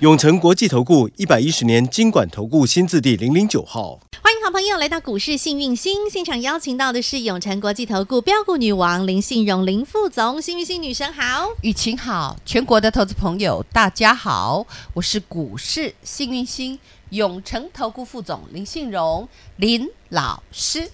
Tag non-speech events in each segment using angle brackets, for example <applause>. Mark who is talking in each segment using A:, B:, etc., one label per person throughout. A: 永诚国际投顾一百一十年经管投顾新字第零零九号。
B: 欢迎好朋友来到股市幸运星现场，邀请到的是永诚国际投顾标股女王林信荣林副总，幸运星女神好。
C: 雨晴好，全国的投资朋友大家好，我是股市幸运星永诚投顾副总林信荣林老师。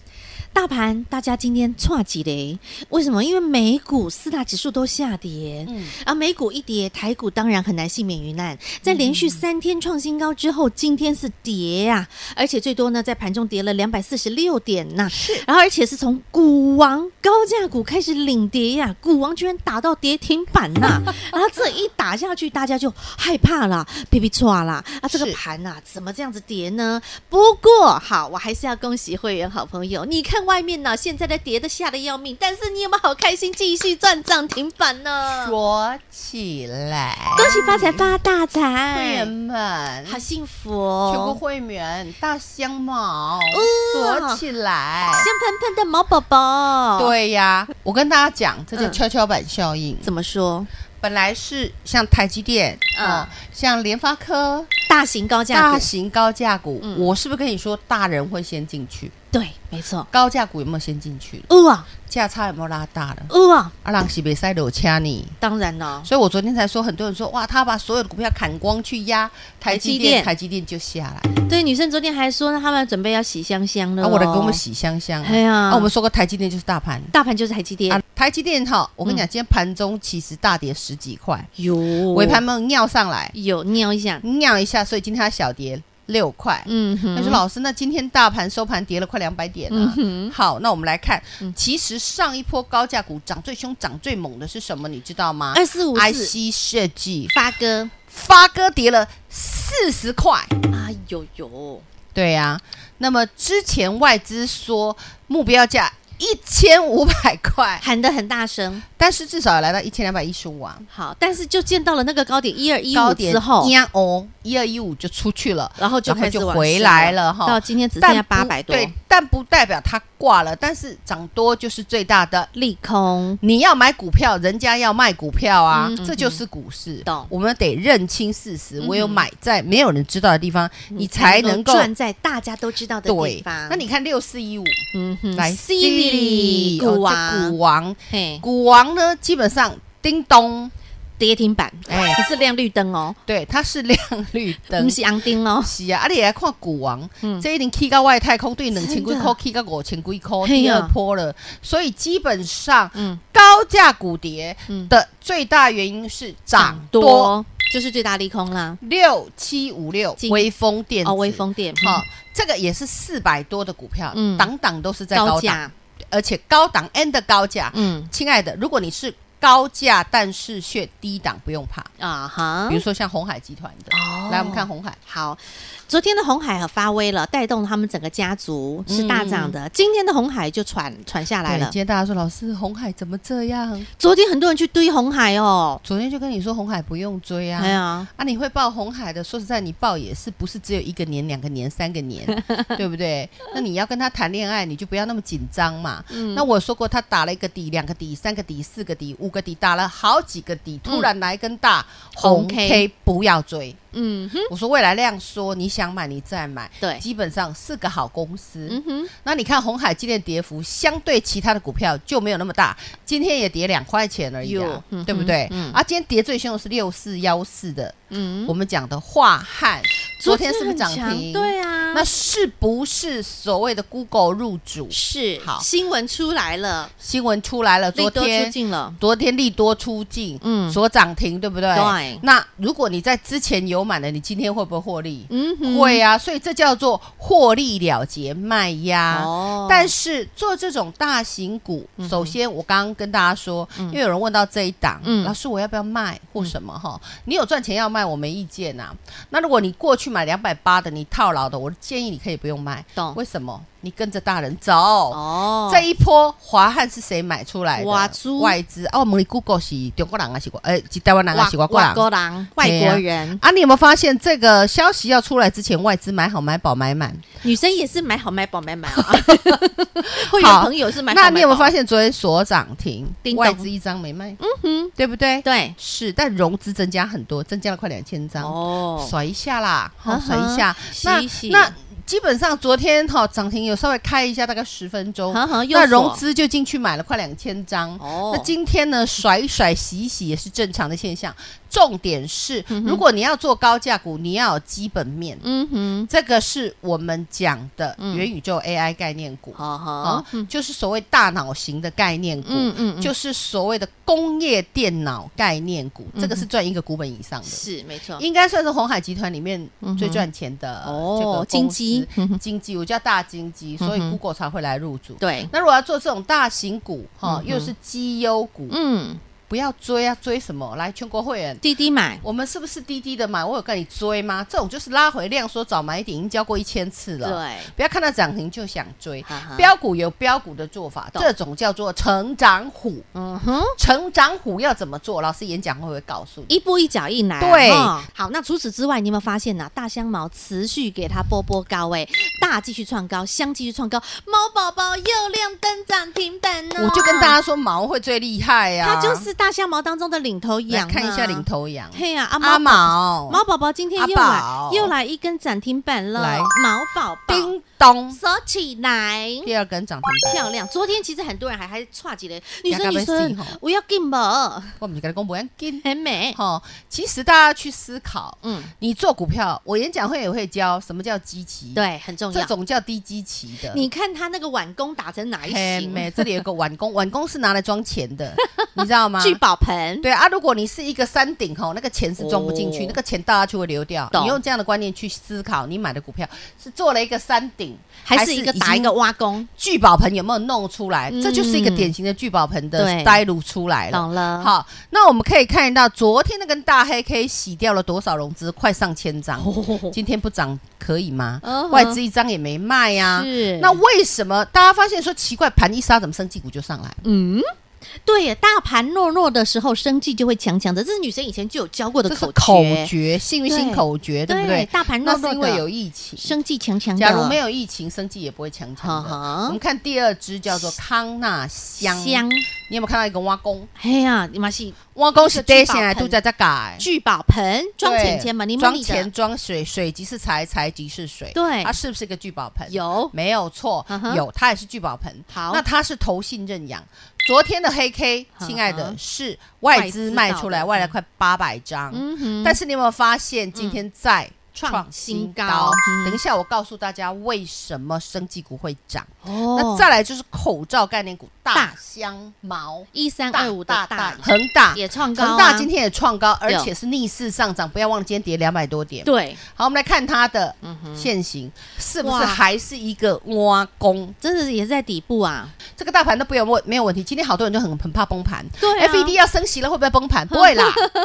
B: 大盘大家今天错几雷？为什么？因为美股四大指数都下跌，
C: 嗯
B: 啊，美股一跌，台股当然很难幸免于难。在连
C: 嗯
B: 续三天创新高之后，今天是跌啊，而且最多呢，在盘中跌了两百四十六点呐、是，然后而且是从股王高价股开始领跌呀、股王居然打到跌停板
C: <laughs>
B: 呐、然后这一打下去，大家就害怕啦，噼噼错啦，啊，这个
C: 是
B: 盘呐、怎么这样子跌呢？不过好，我还是要恭喜会员好朋友，你看外面呢、现在在跌的吓得要命，但是你有没有好开心，继续赚涨停板呢？
C: 说起来，
B: 恭喜发财发大
C: 会员
B: 财，
C: 们，
B: 好
C: 全
B: 幸福哦！
C: 国会员大香茅
B: 嗯
C: 锁起来。
B: 香喷喷的毛宝宝，，
C: 对呀，我跟大家讲，这叫
B: 嗯
C: 跷跷板效应。
B: 怎么说？
C: 本来是像台积电
B: 嗯
C: 啊、像联发科
B: 大型高价
C: 大
B: 股，
C: 型高价股，
B: 嗯
C: 我是不是跟你说，大人会先进去？
B: 对，没错。啊
C: 高价股有没有先进去？
B: 哇
C: 价差有没有拉大了？啊
B: 哇，
C: 阿郎西北塞柳掐你，
B: 啊当然了，
C: 所以我昨天才说，很多人说哇，他把所有的股票砍光去压台积电，
B: 台
C: 台积电就下来。
B: 对，女生昨天还说他们准备要洗香香了、
C: 啊，
B: 哦，
C: 我来给我们洗香香。
B: 哎呀
C: 啊，我们说过台积电就是大盘
B: 大盘就是台积电
C: 啊，，台积电哈，我跟你讲，今天盘中其实大跌十几块，
B: 有
C: 尾盘没有尿上来，
B: 有尿一下，
C: 尿一下，所以今天它小跌六块。
B: 嗯哼，
C: 那说老师，那今天大盘收盘跌了快两百点了、
B: 嗯哼嗯
C: 好，那我们来看，其实上一波高价股涨最凶、涨最猛的是什么？你知道吗？
B: 二四五四
C: IC 设计，
B: 发哥，
C: 发哥跌了四十块。
B: 哎呦呦，
C: 对呀、那么之前外资说目标价一千五百块，
B: 喊得很大声，
C: 但是至少要来到一千两百一十五啊。
B: 好，但是就见到了那个高点一二一
C: 高
B: 五
C: 点
B: 之后，
C: 一哦，一二一五就出去了，
B: 然后就开始
C: 就
B: 往
C: 回
B: 下
C: 来了哈。
B: 到今天只剩下八
C: 但不
B: 百多，
C: 对，但不代表它挂了，但是涨多就是最大的
B: 利空，
C: 你要买股票，人家要卖股票啊，
B: 嗯
C: 这就是股市。
B: 懂
C: 我们得认清事实，
B: 嗯哼嗯
C: 唯有买在没有人知道的地方，你才能够
B: 赚在大家都知道的地
C: 对
B: 方。。
C: 那你看六四一五
B: 嗯哼
C: 来
B: Siri
C: 哦
B: 股
C: 这
B: 王
C: 股，王，
B: 嘿，
C: 股王呢，基本上叮咚，
B: 跌停板，
C: 哎
B: 可是亮绿灯哦，
C: 对，它是亮绿灯
B: 不。是昂丁哦，
C: 是啊，啊你来看股王，
B: 嗯
C: 这一定 K 到外太空，对两千几
B: 真
C: 块
B: 的
C: K 到五千几块，
B: 嘿
C: 第
B: 呀
C: 二波了。所以基本上
B: 嗯
C: 高价股跌
B: 嗯
C: 的最大原因是涨多，
B: 就是最大利空啦。
C: 六七五六
B: 今
C: 微风电子
B: 哦，微风电
C: 好、这个也是四百多的股票，
B: 嗯
C: 档档都是在
B: 高
C: 高档，
B: 价，
C: 而且高档 and 高价。
B: 嗯
C: 亲爱的，如果你是高价但是却低档，不用怕。
B: 啊哈
C: 比如，说像红海集团的，
B: 哦
C: 来我们看红海，
B: 好，昨天的红海和发威了，带动他们整个家族是大涨的。今天的红海就喘喘下来
C: 对
B: 了
C: 今。天大家说老师红海怎么这样？
B: 昨天很多人去堆红海哦，
C: 昨天就跟你说红海不用追啊。
B: 哎呀，
C: 啊，你会报红海的，说实在，你报也是不是只有一个年、两个年、三个
B: <laughs>
C: 年，对不对？那你要跟他谈恋爱，你就不要那么紧张嘛。
B: 嗯
C: 那我说过，他打了一个底、两个底、三个底、四个底、五个底，打了好几个底，
B: 嗯
C: 突然来一根大、
B: 红
C: 红
B: K
C: K，不要追。
B: 嗯哼，
C: 我说未来量说你想买你再买，
B: 对
C: 基本上是个好公司。
B: 嗯哼，
C: 那你看红海今天跌幅相对其他的股票就没有那么大，今天也跌两块钱而已、
B: 哟
C: 啊
B: 嗯，
C: 对不对？
B: 嗯嗯
C: 啊，今天跌最凶的是六四幺四的，
B: 嗯，
C: 我们讲的化汉，昨天是不是涨停？
B: 对啊，啊，
C: 那是不是所谓的 Google 入主？
B: 是
C: 好
B: 新闻出来了，
C: 新闻出来了，
B: 利
C: 昨
B: 多出
C: 天
B: 境了，
C: 昨天利多出境，
B: 嗯
C: 嗯，所涨停，对不对？
B: 对
C: 那如果你在之前有买的，你今天会不会获利？
B: 嗯哼，
C: 会啊，所以这叫做获利了结卖压。
B: 哦嗯
C: 但是做这种大型股，首先我刚刚跟大家说，因为有人问到这一档，
B: 嗯
C: 老师我要不要卖或什么哈？你有赚钱要卖，我没意见呐、那如果你过去买两百八的，你套牢的，我建议你可以不用卖。
B: 懂
C: 为什么？你跟着大人走。
B: 哦，
C: 这一波华汉是谁买出来的？
B: 外资
C: 外资哦，我们 Google 是中国人还是国？哎，是台湾人还是外国人？
B: 国人外国人，
C: 啊，你有没有发现这个消息要出来之前，外资买好买饱买满？
B: 女生也是买好买宝买满 <laughs> 啊，会有
C: 好
B: 朋友是买好买
C: 那你有没有
B: 宝
C: 发现昨天所涨停
B: 叮，咚
C: 外资一张没卖，嗯哼，对不对？
B: 对
C: 是，但融资增加很多，增加了快两千张，
B: 哦，
C: 甩一下啦，
B: 呵
C: 好
B: 呵
C: 甩一下。那
B: 洗一洗
C: 那基本上昨天哈涨停有稍微开一下，大概十分钟
B: 呵呵，又
C: 那
B: 锁
C: 融资就进去买了快两千张，
B: 哦
C: 那今天呢，甩一甩、洗一洗也是正常的现象。重点是，如果你要做高价股，你要有基本面，
B: 嗯哼，
C: 这个是我们讲的元宇宙 AI 概念股。
B: 好好
C: 啊，，就是所谓大脑型的概念股，
B: 哦嗯嗯嗯
C: 就是所谓的工业电脑概念股，这个是赚一个股本以上的，
B: 嗯是哦没错，
C: 应该算是红海集团里面最赚钱的
B: 哦
C: 这个公司
B: 金鸡嗯哼
C: 金鸡，我叫大金鸡，所以
B: 嗯哼
C: Google 才会来入主。
B: 对，
C: 那如果要做这种大型股，哈、又是绩优股，
B: 嗯，
C: 不要追啊，追什么？来，全国会员，
B: 滴滴买，
C: 我们是不是滴滴的买？我有跟你追吗？这种就是拉回量缩早买一点，已经交过一千次了。
B: 对，
C: 不要看到涨停就想追
B: 哈哈，
C: 标股有标股的做法，
B: 啊懂
C: 这种叫做成长虎。
B: 嗯哼，
C: 成长虎要怎么做？老师演讲会不会告诉你？
B: 一步一脚印来啊。
C: 对
B: 哈好，那除此之外，你有没有发现呢、大香茅持续给它波波高、哎，大继续创高，香继续创高，猫宝宝又亮灯涨停板呢、
C: 我就跟大家说，毛会最厉害呀、
B: 它就是大香茅当中的领头
C: 来
B: 羊、啊
C: 看一下领。头羊，
B: 嘿呀、啊，
C: 阿
B: 猫
C: 毛，
B: 猫宝宝今天又
C: 阿
B: 来
C: 宝
B: 又来一根涨停板了，
C: 来
B: 毛宝宝
C: 叮咚，
B: 锁起来。
C: 第二根涨停板。
B: 漂亮！昨天其实很多人还还差几嘞，女
C: 怕
B: 生女
C: 要死
B: 生
C: 吼，
B: 我要进宝，
C: 我们就跟他讲不要紧。
B: 很美。
C: 哦，其实大家去思考，
B: 嗯，
C: 你做股票，我演讲会也会教什么叫基期，，
B: 对，很重
C: 这
B: 要。
C: 种叫低基期的。
B: 你看他那个碗工打成哪一
C: 嘿
B: 型？
C: 妹，这里有个碗 <laughs> 工，碗工是拿来装钱的，你知道吗？
B: <laughs> 聚宝盆，
C: 对啊，如果你是一个山顶吼，那个钱是装不进去，
B: 嗯哦
C: 那个钱倒下去会流掉。
B: 懂
C: 你用这样的观念去思考，你买的股票是做了一个山顶，
B: 还是一个
C: 已
B: 打一
C: 经
B: 个挖工？
C: 聚宝盆有没有弄出来？
B: 嗯
C: 这就是一个典型的聚宝盆
B: 对
C: 的呆露出来了。
B: 懂了，，
C: 好，那我们可以看到，昨天那根大黑 K 洗掉了多少融资？快上千张，今天不涨可以吗
B: 哦嗯哼？
C: 外资一张也没卖呀、
B: 是
C: 那为什么大家发现说奇怪，盘一杀怎么生技股就上来？
B: 嗯。对耶，大盘弱弱的时候，生计就会强强的，这是女生以前就有教过的
C: 这是
B: 口
C: 口
B: 诀，
C: 诀，幸运星
B: 对
C: 口诀，对不
B: 对
C: 对？
B: 大盘弱
C: 那
B: 弱的啊
C: 是因为有疫情。
B: 生计强强的。
C: 假如没有疫情，生计也不会强强
B: 呵呵
C: 的。我们看第二只叫做康纳香，
B: 啊香，
C: 你有没有看到一个挖工？
B: 嘿呀，你嘛是
C: 挖工是
B: 一个聚
C: 跌
B: 宝
C: 下来
B: 盆
C: 度假在改。
B: 聚宝盆装
C: 对
B: 钱钱嘛，你们
C: 装
B: 你的
C: 钱装水，水即是财，财即是水。
B: 对
C: 它是不是个聚宝盆？
B: 有
C: 没有错
B: 嗯哼，
C: 有，它也是聚宝盆。
B: 好
C: 那它是投信认养。昨天的黑 K，
B: 嗯哼
C: 亲爱的，是
B: 外
C: 外
B: 资
C: 资卖
B: 到
C: 出
B: 的
C: 来，外来快八百张。
B: 嗯哼，
C: 但是你有没有发现今天在
B: 创新高嗯
C: 等一下我告诉大家为什么生技股会涨。
B: 哦
C: 那再来就是口罩概念股
B: 大
C: 大香茅、
B: 一三二五的大
C: 恒大
B: 也创高啊
C: 恒大今天也创高，而
B: 对
C: 且是逆势上涨，不要忘了今天跌两百多点。
B: 对，
C: 好，我们来看它的现形是不
B: 嗯哇
C: 是还是一个挖工？
B: 真的也是在底部啊，
C: 这个大盘都不有问没有问题。今天好多人就很很怕崩盘，
B: 对啊
C: f e d 要升息了会不会崩
B: <laughs>
C: 盘？不会啦，讲一千次了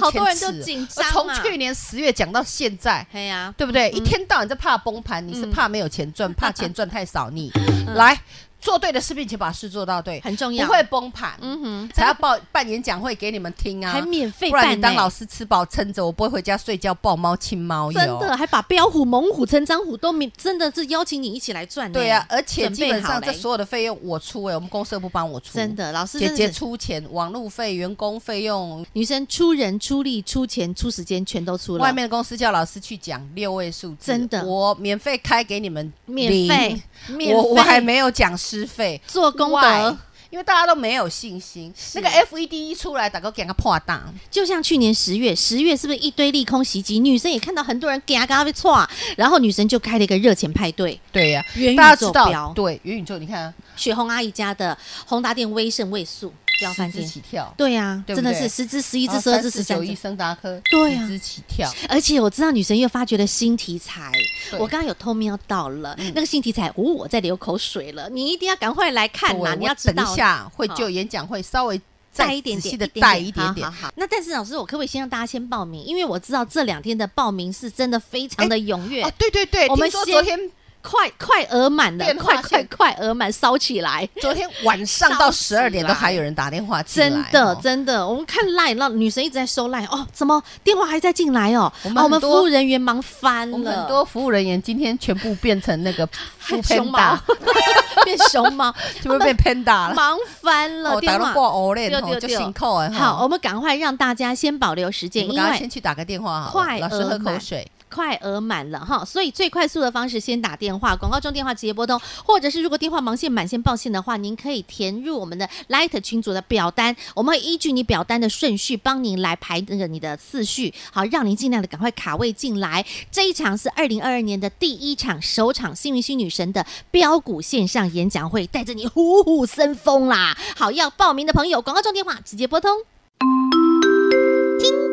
B: 好多人都紧张啊嗯
C: 我从去年十月讲到现在。
B: 嘿呀，
C: 对不对？一天到晚在怕崩盘，你是
B: 嗯
C: 怕没有钱
B: <laughs>
C: 赚，怕钱赚太少。你来做对的事，并且把事做到对，
B: 很重要
C: 不会崩盘，
B: 嗯哼，
C: 才要报办演讲会给你们听啊，
B: 还免费
C: 不然
B: 办
C: 你当老
B: 呢。
C: 师吃饱撑着，我不会回家睡觉抱猫亲猫
B: 真
C: 哟。
B: 的还把标虎、猛虎、成长虎都免，真的是邀请你一起来赚呢。
C: 对啊，而
B: 嗯
C: 且
B: 准备
C: 基本
B: 好
C: 上
B: 嘞
C: 这所有的费用我出哎，我们公司又不帮我出，
B: 真的老师
C: 姐
B: 真
C: 姐
B: 的是
C: 出钱，网路费、员工费用，
B: 女生出人、出力、出钱、出时间，全都出了。
C: 外面的公司叫老师去讲六位数字，
B: 真的
C: 我免费开给你们
B: 免费
C: 零，
B: 免
C: 我我还
B: 费
C: 没有讲师费，
B: 做功德
C: 外。因为大家都没有信心。那个 FED 一出来，打个给它破档，
B: 就像去年十月，十月是不是一堆利空袭击？女生也看到很多人嘎嘎被错，然后女生就开了一个热钱派对，
C: 对呀、
B: 元宇
C: 大家
B: 宙
C: 知道
B: 标，
C: 对元宇宙，你看啊
B: 雪红阿姨家的宏达店威盛位数要
C: 十
B: 翻
C: 只
B: 天，
C: 起跳，
B: 对呀、
C: 对不
B: 真的
C: 对
B: 是十只、十一
C: 然
B: 只、
C: 后
B: 十二只、
C: 30
B: 十三
C: 九
B: 只
C: 亿。升达科，
B: 对啊
C: 十只起跳，
B: 而且我知道女神又发掘了新题材，
C: 对嗯
B: 我刚刚有偷瞄到了、那个新题材，哦，我在流口水了，你一定要赶快来看呐、
C: 对
B: 你
C: 我
B: 要知道
C: 等一下会
B: 好
C: 就演讲会稍微
B: 带一点
C: 仔
B: 点，
C: 细的
B: 点
C: 带一点点
B: 好。好好，那但是老师，我可不可以先让大家先报名？因为我知道这两天的报名是真的非常的踊跃，
C: 哦，对对对，
B: 我们
C: 听说
B: 先
C: 昨天
B: 快快额满了，
C: 电话
B: 快快
C: 线
B: 快额满，烧起来！<laughs>
C: 昨天晚上到
B: 烧起
C: 十
B: 来
C: 二点都还有人打电话进
B: 真
C: 来，
B: 的
C: 哦
B: 真的，我们看 line，那女神一直在收 line 哦，怎么电话还在进来哦？
C: 我们
B: 啊我
C: 很
B: 们服
C: 多
B: 务人员忙翻
C: 我们
B: 了，
C: 很多服务人员今天全部变
B: <laughs>
C: 成那个富
B: 熊猫
C: Panda，
B: <laughs> 变熊
C: <laughs>
B: 猫，
C: 全部变 Panda 了。
B: 忙翻了
C: 哦，打
B: 电
C: 到
B: 话。
C: 挂欧嘞，
B: 对对
C: 哦就
B: 对
C: 辛苦哎。
B: 好，
C: 哦
B: 我，们赶快让大家先保留时
C: 我
B: 间，
C: 们
B: 因
C: 赶快
B: 为
C: 先去打个电话好了，
B: 快
C: 老师喝
B: 额满
C: 口水。
B: 快额满了哈，所以最快速的方式先打电话，广告中电话直接拨通，或者是如果电话忙线满线报线的话，您可以填入我们的 Light 群组的表单，我们会依据你表单的顺序帮您来排那个你的次序，好，让您尽量的赶快卡位进来。这一场是二零二二年的第一场首场幸运星女神的标股线上演讲会，带着你虎虎生风啦！好，要报名的朋友，广告中电话直接拨通。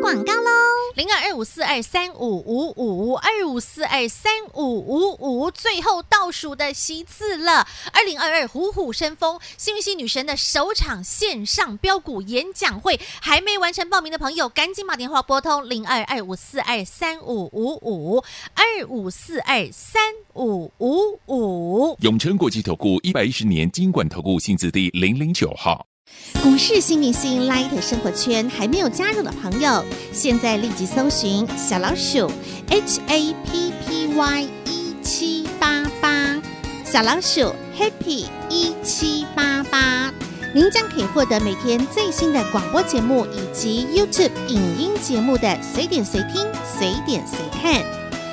B: 广告喽，零二二五四二三五五五二五四二三五五五，最后倒数的席次了。二零二二虎虎生风，幸运星女神的首场线上标股演讲会，还没完成报名的朋友，赶紧把电话拨通零二二五四二三五五五二五四二三五五五。
D: 永诚国际投顾一百一十年金管投顾新字第零零九号。
B: 股市新明星 Light 生活圈还没有加入的朋友，现在立即搜寻小老鼠 HAPPY 一 E 七八八，小老鼠 Happy 一七八八，您将可以获得每天最新的广播节目以及 YouTube 影音节目的随点随听、随点随看。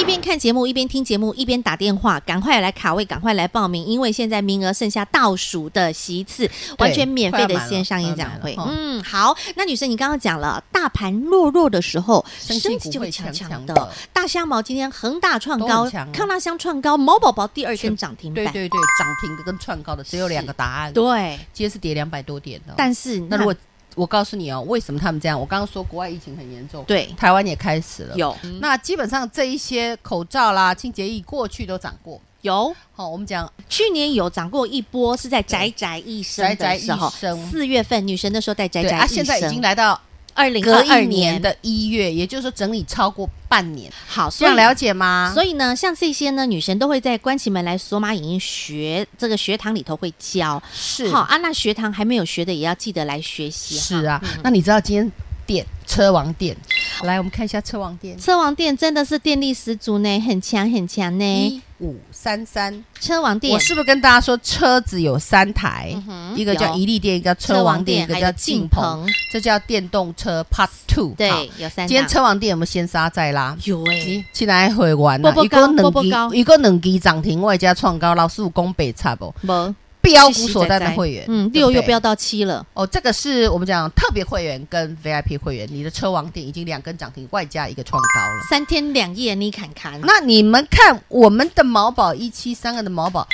B: 一边看节目，一边听节目，一边打电话，赶快来卡位，赶快来报名，因为现在名额剩下倒数的席次，完全免费的线上演讲会。
C: 快要满了哦
B: 嗯，好，那女生你刚刚讲了，大盘弱弱的时候，
C: 生技股会强强的，
B: 大香茅今天恒大创
C: 都
B: 高，
C: 很强啊
B: 康乐香创高，毛宝宝第二根
C: 全
B: 涨停
C: 对
B: 板，
C: 对对，涨停的跟创高的只有两个答案。
B: 对
C: 今天是跌两百多点的哦。
B: 但是
C: 那如果我告诉你哦，为什么他们这样？我刚刚说国外疫情很严重，
B: 对
C: 台湾也开始了。
B: 有嗯
C: 那基本上这一些口罩啦、清洁液过去都涨过。
B: 有
C: 好、我们讲
B: 去年有涨过一波，是在宅宅一生
C: 宅宅
B: 的
C: 一
B: 时候，
C: 生
B: 四月份女神那时候带宅
C: 对
B: 宅
C: 啊，
B: 一生，
C: 现在已经来到
B: 二零
C: 隔
B: 二二
C: 一年的一月，也就是说整理超过半年，
B: 好，
C: 这
B: 所以啊
C: 样了解吗？
B: 所
C: 以
B: 以呢，像这些呢，女神都会在关起门来索马影音学这个学堂里头会教。
C: 是
B: 好啊，那学堂还没有学的也要记得来学习哈。
C: 是啊。那你知道今天店车王店，来我们看一下车王店
B: 车王店真的是电力十足呢，很强很强呢。
C: 一五三三，
B: 车王
C: 嗯我
B: 哎店嗯
C: 是不是跟大家说车子有三台？一个叫
B: 有
C: 一利店，一个叫车王店，一个
B: 还
C: 叫
B: 有
C: 劲
B: 进
C: 鹏，
B: 鹏，
C: 这叫电动车 Part Two。好
B: 对，有三
C: 今天
B: 档
C: 车欸王店有没有先杀再拉？
B: 有哎、
C: 你进来会玩
B: 波
C: 啊！
B: 波
C: 一个
B: 高波波高
C: 两支，一个两支涨停，外加创高，老师有攻北差不？
B: 没
C: 标股所在的会员，
B: 嗯，
C: 对不
B: 六
C: 对
B: 又飙到七了，
C: 哦，这个是我们讲特别会员跟 VIP 会员，你的车王店已经两根涨停，外加一个创高了。
B: 三天两夜你砍砍，
C: 那你们看我们的毛宝一七三二的毛宝，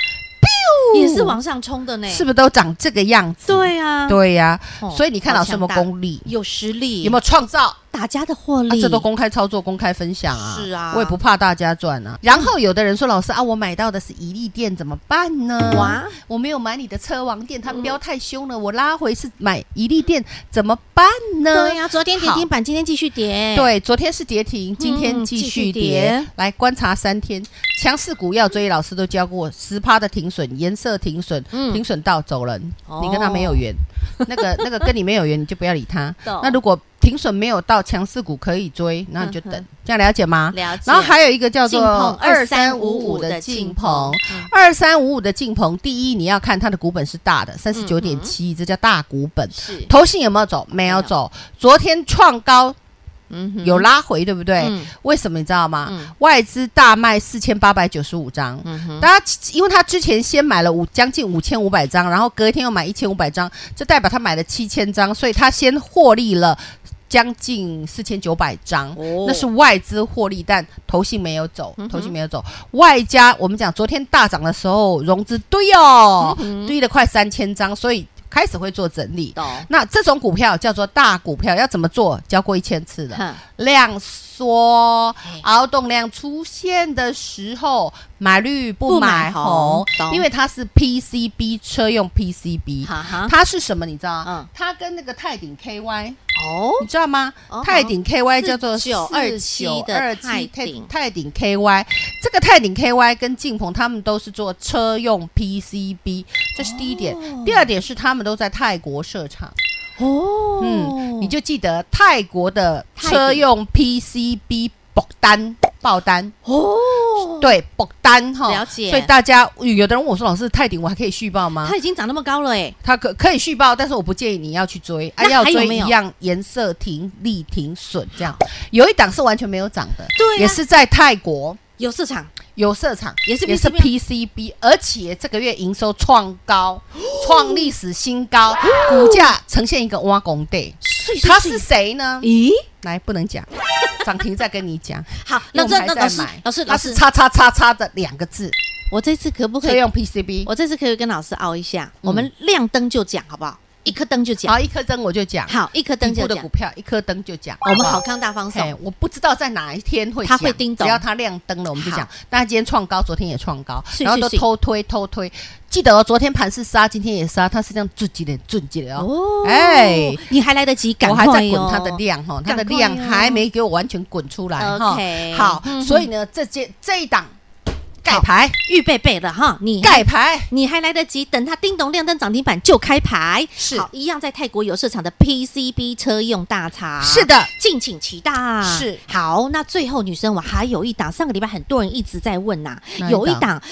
B: 也是往上冲的呢，
C: 是不是都长这个样子？
B: 对啊，
C: 对呀、
B: 哦
C: 所以你看老师有没
B: 好强大嗯
C: 有功力？
B: 有实力，
C: 有没有创造？
B: 打家的获
C: 啊，
B: 利？
C: 这都公开操作、公开分享啊。
B: 是啊
C: 我也不怕大家赚啊。然后有的人说，老师啊，我买到的是一利店，怎么办呢？
B: 哇，
C: 我没有买你的车王店，它标太凶了，我拉回是买一利店，怎么办呢？
B: 对呀、啊昨天跌
C: 好
B: 停板，今天继续跌，，
C: 对，昨天是跌停，今天继
B: 嗯继
C: 续跌。
B: 续跌
C: 来观察三天，强势股要追，老师都教过十趴的停损，颜色停损，
B: 嗯
C: 停损到走人，
B: 哦
C: 你跟他没有缘。那个那个跟你没有缘，你就不要理他。
B: 懂
C: 那如果停损没有到强势股可以追，然后你就等，这样了解吗？
B: 嗯了解
C: 然后还有一个叫做
B: 进鹏
C: 二三五五
B: 2355
C: 的
B: 的
C: 进
B: 进
C: 鹏
B: 鹏，
C: 二三五五的进鹏，第一你要看它的股本是大的，三十九点七，
B: 嗯
C: 这叫大股本。
B: 是，
C: 投信有没有走？没有
B: 有
C: 走。昨天创高
B: 嗯哼
C: 有拉回，对不对？
B: 嗯
C: 为什么你知道吗？
B: 嗯
C: 外资大卖四千八百九十五张，
B: 嗯哼，
C: 大家因为他之前先买了五将近五千五百张，然后隔一天又买一千五百张，这代表他买了七千张，所以他先获利了将近四千九百张。
B: 哦
C: 那是外资获利，但投信没有走，
B: 嗯哼
C: 投信没有走。外加我们讲昨天大涨的时候，融资堆哦，
B: 嗯
C: 堆了快三千张，所以开始会做整理。
B: 懂，
C: 那这种股票叫做大股票，要怎么做？教过一千次了。
B: 哼
C: 量缩、熬动量出现的时候，买绿不
B: 不
C: 买
B: 买
C: 红
B: 红，懂
C: 因为它是 PCB 车用 PCB，
B: 哈哈，
C: 它是什么？你知道？
B: 嗯
C: 它跟那个泰鼎 KY，
B: 哦
C: 你，知道吗
B: 哦？
C: 泰鼎 KY 叫做
B: 4927的泰鼎
C: 泰鼎 KY，这个泰鼎 KY 跟晋鹏他们都是做车用 PCB，这是第一点。第二点是他们都在泰国设厂。
B: 哦，
C: 嗯，你就记得泰国的
B: 泰
C: 车
B: 国
C: 用 PCB 爆单爆单，
B: 哦，
C: 对爆单哈，
B: 了解
C: 所以大家有的人问我说：“老师，泰鼎我还可以续报吗
B: 啊它已经长那么高了哎？”，
C: 他可可以续报，但是我不建议你要去追，啊，
B: 那
C: 要
B: 还有
C: 追
B: 没
C: 一
B: 有
C: 样颜色停利停损这样。有一档是完全没有涨的，
B: 对啊
C: 也是在泰国
B: 有市场，
C: 有色厂，
B: 也是
C: 也是
B: PCB 啊
C: PCB，而且这个月营收创高，
B: 哦
C: 创历史新高，股价呈现一个挖工 day。
B: 所以
C: 他是谁呢？
B: 咦，
C: 来，不能讲，涨停再跟你讲。
B: 好， <laughs> 那
C: 因为
B: 这
C: 我
B: 那
C: 们
B: 老
C: 还
B: 师
C: 在买
B: 老师
C: 它
B: 老
C: 是
B: 师，
C: 叉叉叉叉的两个字，
B: 我这次可不可
C: 车
B: 以？
C: 用 PCB。
B: 我这次可以跟老师熬一下，我们亮灯就讲好不好？一颗灯就讲，
C: 嗯好，一颗灯我就讲，
B: 好，一颗灯
C: 底部
B: 就
C: 的股
B: 讲，
C: 票，一颗灯就讲，
B: 我们好
C: 不。
B: 康大放
C: 嘿
B: 送，
C: 我不知道在哪一天会讲，
B: 它会叮咚
C: 只要它亮灯了，我们就讲
B: 好。
C: 但它今天创高，昨天也创高，
B: 是
C: 然后都
B: 是是
C: 偷推偷推。记得哦，昨天盘是杀，今天也杀，它是这样准几点准几点哦。
B: 哦，
C: 哎
B: 你还来得及，赶
C: 我
B: 快
C: 还
B: 哟
C: 在滚它的量哈，它的
B: 赶快
C: 量
B: 哟
C: 还没给我完全滚出来哈
B: OK。嗯
C: 好，所以呢，这件这一档盖牌
B: 预备备了哈，你还
C: 盖牌。
B: 你还来得及，等它叮咚亮灯涨停板就开牌。
C: 是
B: 好，一样在泰国有市场的 PCB 车用大厂。
C: 是的，
B: 敬请期待。
C: 是
B: 好，那最后女生我还有一档，上个礼拜很多人一直在问呐、
C: 哪一档
B: 有一档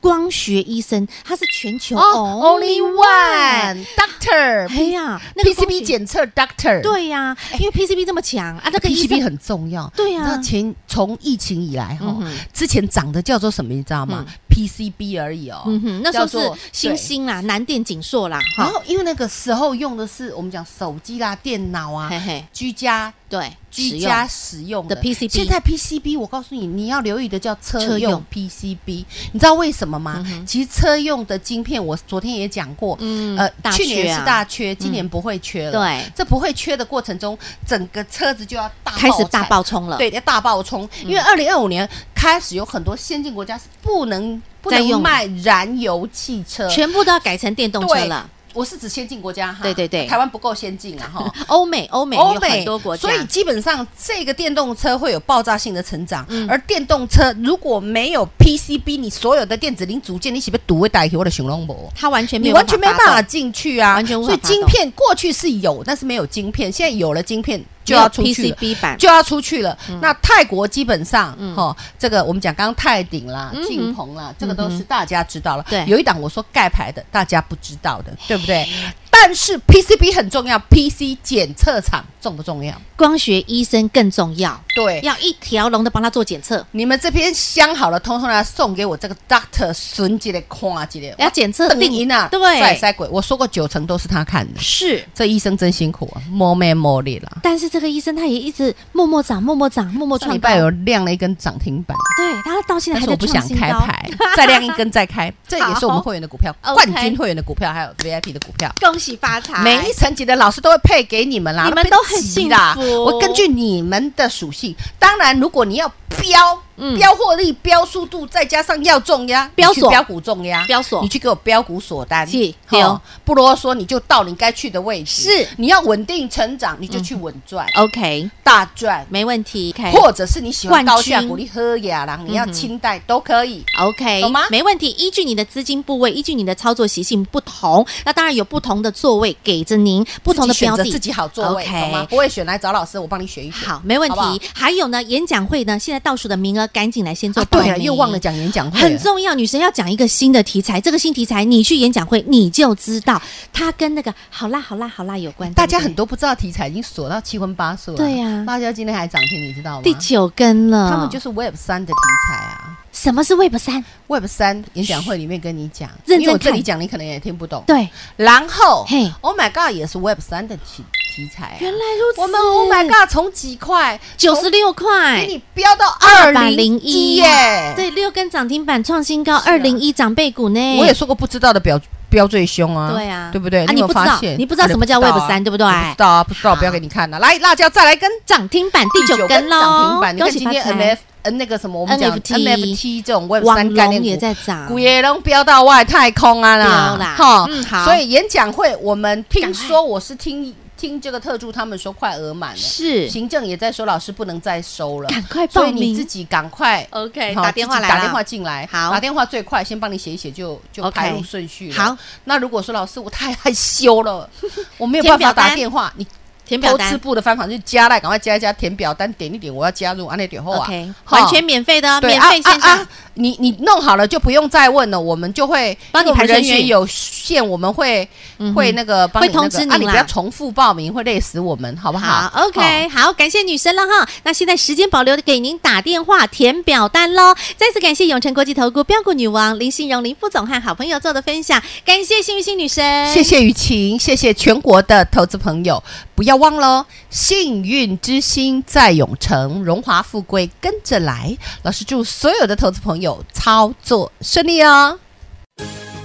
B: 光学医生，他是全球
C: 哦 Only One
B: 哎
C: Doctor
B: 呀，那个光
C: PCB
B: 学
C: 检测 Doctor，
B: 对呀、
C: 哎
B: 因为 PCB 这么强啊，那个医
C: ，PCB
B: 生
C: 很重要。
B: 对
C: 你知道
B: 呀、
C: 前从疫情以来哈
B: 嗯哼，
C: 之前涨的叫做什么，你知道吗？PCB 而已哦。
B: 嗯哼，那时候
C: 叫做哦
B: 是星。星啦，南电景硕啦，
C: 对
B: 哈，
C: 然后因为那个时候用的是我们讲手机啦、电脑啊
B: 嘿、嘿，
C: 居家
B: 对，
C: 居
B: 实用
C: 家使用的
B: 的 PCB
C: 现在 PCB 我告诉你，你要留意的叫车
B: 车
C: 用
B: 用
C: PCB，你知道为什么吗？其实车用的晶片，我昨天也讲过，
B: 嗯
C: 呃，
B: 大
C: 去年
B: 缺啊
C: 是大缺，今年不会缺了。
B: 对
C: 这不会缺的过程中，整个车子就要大
B: 开始大
C: 产
B: 爆冲了。嗯
C: 对，要大爆冲，因为二零二五年开始有很多先进国家是不能不
B: 再
C: 能
B: 用
C: 卖燃油汽车。
B: 全部都要改成电动车了。
C: 我是指先进国家哈，
B: 对对对
C: 台湾不够先进啊哈。
B: 欧美，欧美有很多国家，
C: 所以基本上这个电动车会有爆炸性的成长，
B: 嗯
C: 而电动车如果没有 PCB，你所有的电子零组件，你岂不是堵会带给我的熊龙博？
B: 它完全没
C: 你
B: 有
C: 完全没办
B: 发
C: 法
B: 动
C: 进去啊，
B: 完全无法
C: 所以
B: 发动
C: 晶片过去是有，但是没有晶片，现在有了晶片就要出
B: 没有
C: 去了。
B: PCB 版嗯
C: 就要出去了。那泰国基本上，哈，这个我们讲刚刚泰鼎啦、
B: 哼
C: 晋鹏啦，这个都是大家知道了。
B: 嗯对
C: 有一档我说盖牌的，大家不知道的，对不对？但是 PCB 很重要，PC 检测厂重不重要？
B: 光学医生更重要，
C: 对。
B: 要一条龙的帮他做检测，
C: 你们这边镶好了，通通来送给我这个 Doctor 孙姐的夸姐的，
B: 要检测
C: 定赢啊！塞
B: 对，
C: 塞鬼，我说过九成都是他看的，
B: 是。
C: 这医生真辛苦啊，摸妹摸力啦。
B: 但是这个医生他也一直默默涨，默默涨，默默
C: 上礼
B: 创
C: 拜
B: 高。
C: 有亮了一根涨停板，
B: 对，他到现在还
C: 但是
B: 在
C: 我不想
B: 创新
C: 开
B: 高。
C: 牌，
B: <laughs>
C: 再亮一根再开，这也是我们
B: 好
C: 会员的股票，
B: OK
C: 冠军会员的股票，还有 VIP 的股票。
B: 恭喜发财！
C: 每一层级的老师都会配给你们啦，
B: 你们
C: 那不
B: 都很
C: 急
B: 幸
C: 啦
B: 福
C: 我根据你们的属性，当然如果你要标，
B: 嗯
C: 标获利、标速度，再加上要重压，
B: 标
C: 你去
B: 锁
C: 标股重压，
B: 标锁
C: 你去给我标股锁单，
B: 是
C: 好
B: 对哦
C: 不啰嗦，你就到你该去的位置。
B: 是嗯
C: 你要稳定成长，你就去稳赚、
B: ，OK，
C: 大赚，
B: 没问题，OK，
C: 或者是你喜欢
B: 冠
C: 高价
B: 军
C: 股，你喝雅郎，你要
B: 嗯哼
C: 清代都可以。
B: OK，
C: 懂吗
B: 没问题。依据你的资金部位，依据你的操作习性不同，那当然有不同的座位给着您不同的
C: 自己选
B: 标
C: 择
B: 的，
C: 自己好座位，
B: OK
C: 懂吗？不会选来找老师，我帮你选一啊选。
B: 好，没问题。
C: 好不好
B: 还有呢，演讲会呢，现在倒数的名额，赶紧来先做、
C: 啊，对了，又忘了。讲演讲会啊了，
B: 很重要，女神要讲一个新的题材，这个新题材你去演讲会你就知道，它跟那个好啦好啦好啦有关。
C: 大
B: 对
C: 家
B: 不对
C: 很多不知道题材已经锁到七荤八素了。
B: 对呀
C: 芭蕉今天还涨停，你知道吗？
B: 第嗯九根了，
C: 他们就是 Web 三的题材啊。
B: 什么是 Web 三？
C: Web 三演讲会里面跟你讲，
B: 认真
C: 因为我这
B: 看
C: 里讲你可能也听不懂。，
B: 对，
C: 然后
B: 嘿
C: ，Oh my God，也是 Web 三的题题材、啊。
B: 原来如此。
C: 我们 Oh my God 从几块
B: 九十哎六
C: 从
B: 块，
C: 哦给你飙到二零
B: 201
C: 一耶！，
B: 对，六根涨停板创新高，
C: 是啊
B: 二零一长辈股呢。
C: 我也说过不知道的表标最凶啊，
B: 嗯对啊
C: 对不对？
B: 啊你
C: 有没有
B: 不知道
C: 发现
B: 你不知道什么叫
C: 啊
B: Web 三对不对
C: 我不知道啊，不知道，
B: 好
C: 不要给你看了。来，辣椒再来跟
B: 涨停板第九根喽，
C: 涨停板。你
B: 恭
C: 看
B: 喜
C: 今
B: 发
C: 天 M
B: 财
C: F。嗯，那个什么，我们讲
B: NFT
C: NFT 这种 Web
B: 网
C: 三概
B: 龙
C: 念
B: 也
C: 股，
B: 在涨，
C: 古也能飙到外太空啊啦，
B: 飙啦
C: 哈
B: 嗯好
C: 所以演讲会我们
B: 赶
C: 听
B: 快
C: 说，我是听听这个特助他们说快额满了，
B: 是
C: 行政也在说老师不能再 <laughs> 收了，
B: 赶快报
C: 所
B: 名
C: 以你自己赶快
B: OK，
C: 好
B: 打电话
C: 自己
B: 来啦
C: 打电话进来，
B: 好
C: 打电话最快，先帮你写一写就就
B: OK
C: 排入顺序了
B: 好，
C: 那如果说老师我太害羞了，
B: <laughs>
C: 我没有办
B: 填
C: 法
B: 表单
C: 打电话，你
B: 填表
C: 偷吃
B: 单。
C: 布的方法就是加来，赶快加一加，填表单点一点，我要加入，按那点后啊
B: OK，，
C: 哈
B: 完全免费的哦，
C: 对
B: 免
C: 啊
B: 费线
C: 啊
B: 上
C: 啊，你你弄好了就不用再问了，我们就会
B: 帮你
C: 因为我
B: 排
C: 们
B: 顺
C: 人
B: 序
C: 员有限，我们会
B: 嗯哼
C: 会那个帮你
B: 会通知
C: 那个啊
B: 您
C: 你
B: 啦
C: 不要重复报名，会累死我们，啊好不好
B: 好，OK，好，感谢女神了哈。那现在时间保留给您打电话填表单喽。再次感谢永诚国际投顾标股女王林信荣林副总和好朋友做的分享，感谢幸运星女神，
C: 谢谢雨晴，谢谢全国的投资朋友，不要忘了，哦幸运之星在永城，荣华富贵跟着来。老师祝所有的投资朋友操作顺利哦。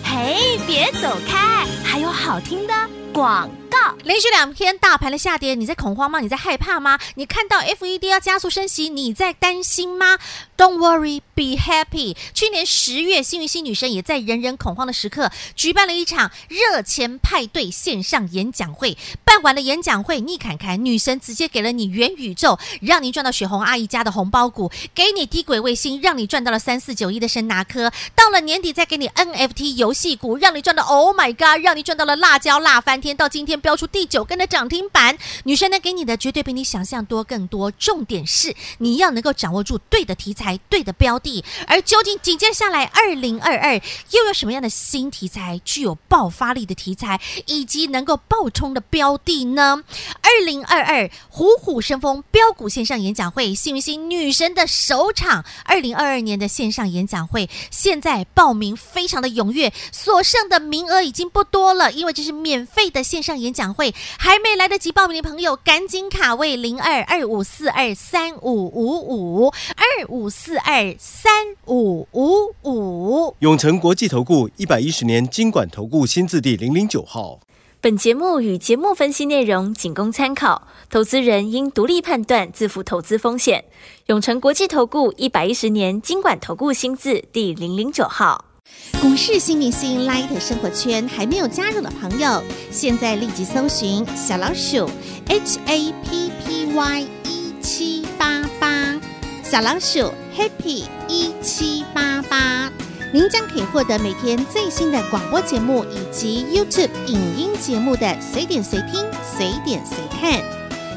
E: 嘿，别走开，还有好听的广告。
B: 连续两天大盘的下跌，你在恐慌吗？你在害怕吗？你看到 FED 要加速升息，你在担心吗？Don't worry, be happy。去年十月，幸运星女神也在人人恐慌的时刻，举办了一场热钱派对线上演讲会。办完了演讲会，你看看女神直接给了你元宇宙，让你赚到雪红阿姨家的红包股，给你低轨卫星，让你赚到了三四九一的深拿科。到了年底再给你 NFT 游戏股，让你赚到 Oh my God，让你赚到了辣椒辣翻天。到今天标出第九根的涨停板，女神呢给你的绝对比你想象多更多。重点是你要能够掌握住对的题材、对的标的，而究竟紧接下来二零二二又有什么样的新题材、具有爆发力的题材，以及能够爆冲的标的呢？二零二二虎虎生风标股线上演讲会，幸运星女神的首场二零二二年的线上演讲会，现在报名非常的踊跃，所剩的名额已经不多了，因为这是免费的线上演讲会，还没来得及报名的朋友，赶紧卡位零二二五四二三五五五二五四二三五五五。
A: 永诚国际投顾一百一十年金管投顾新字第零零九号。
F: 本节目与节目分析内容仅供参考，投资人应独立判断，自负投资风险。永诚国际投顾一百一十年经管投顾新字第零零九号。
B: 股市新明星 Light 生活圈还没有加入的朋友，现在立即搜寻小老鼠 HAPPY 一七八八，小老鼠 Happy 一七八八，您将可以获得每天最新的广播节目以及 YouTube 影音节目的随点随听、随点随看。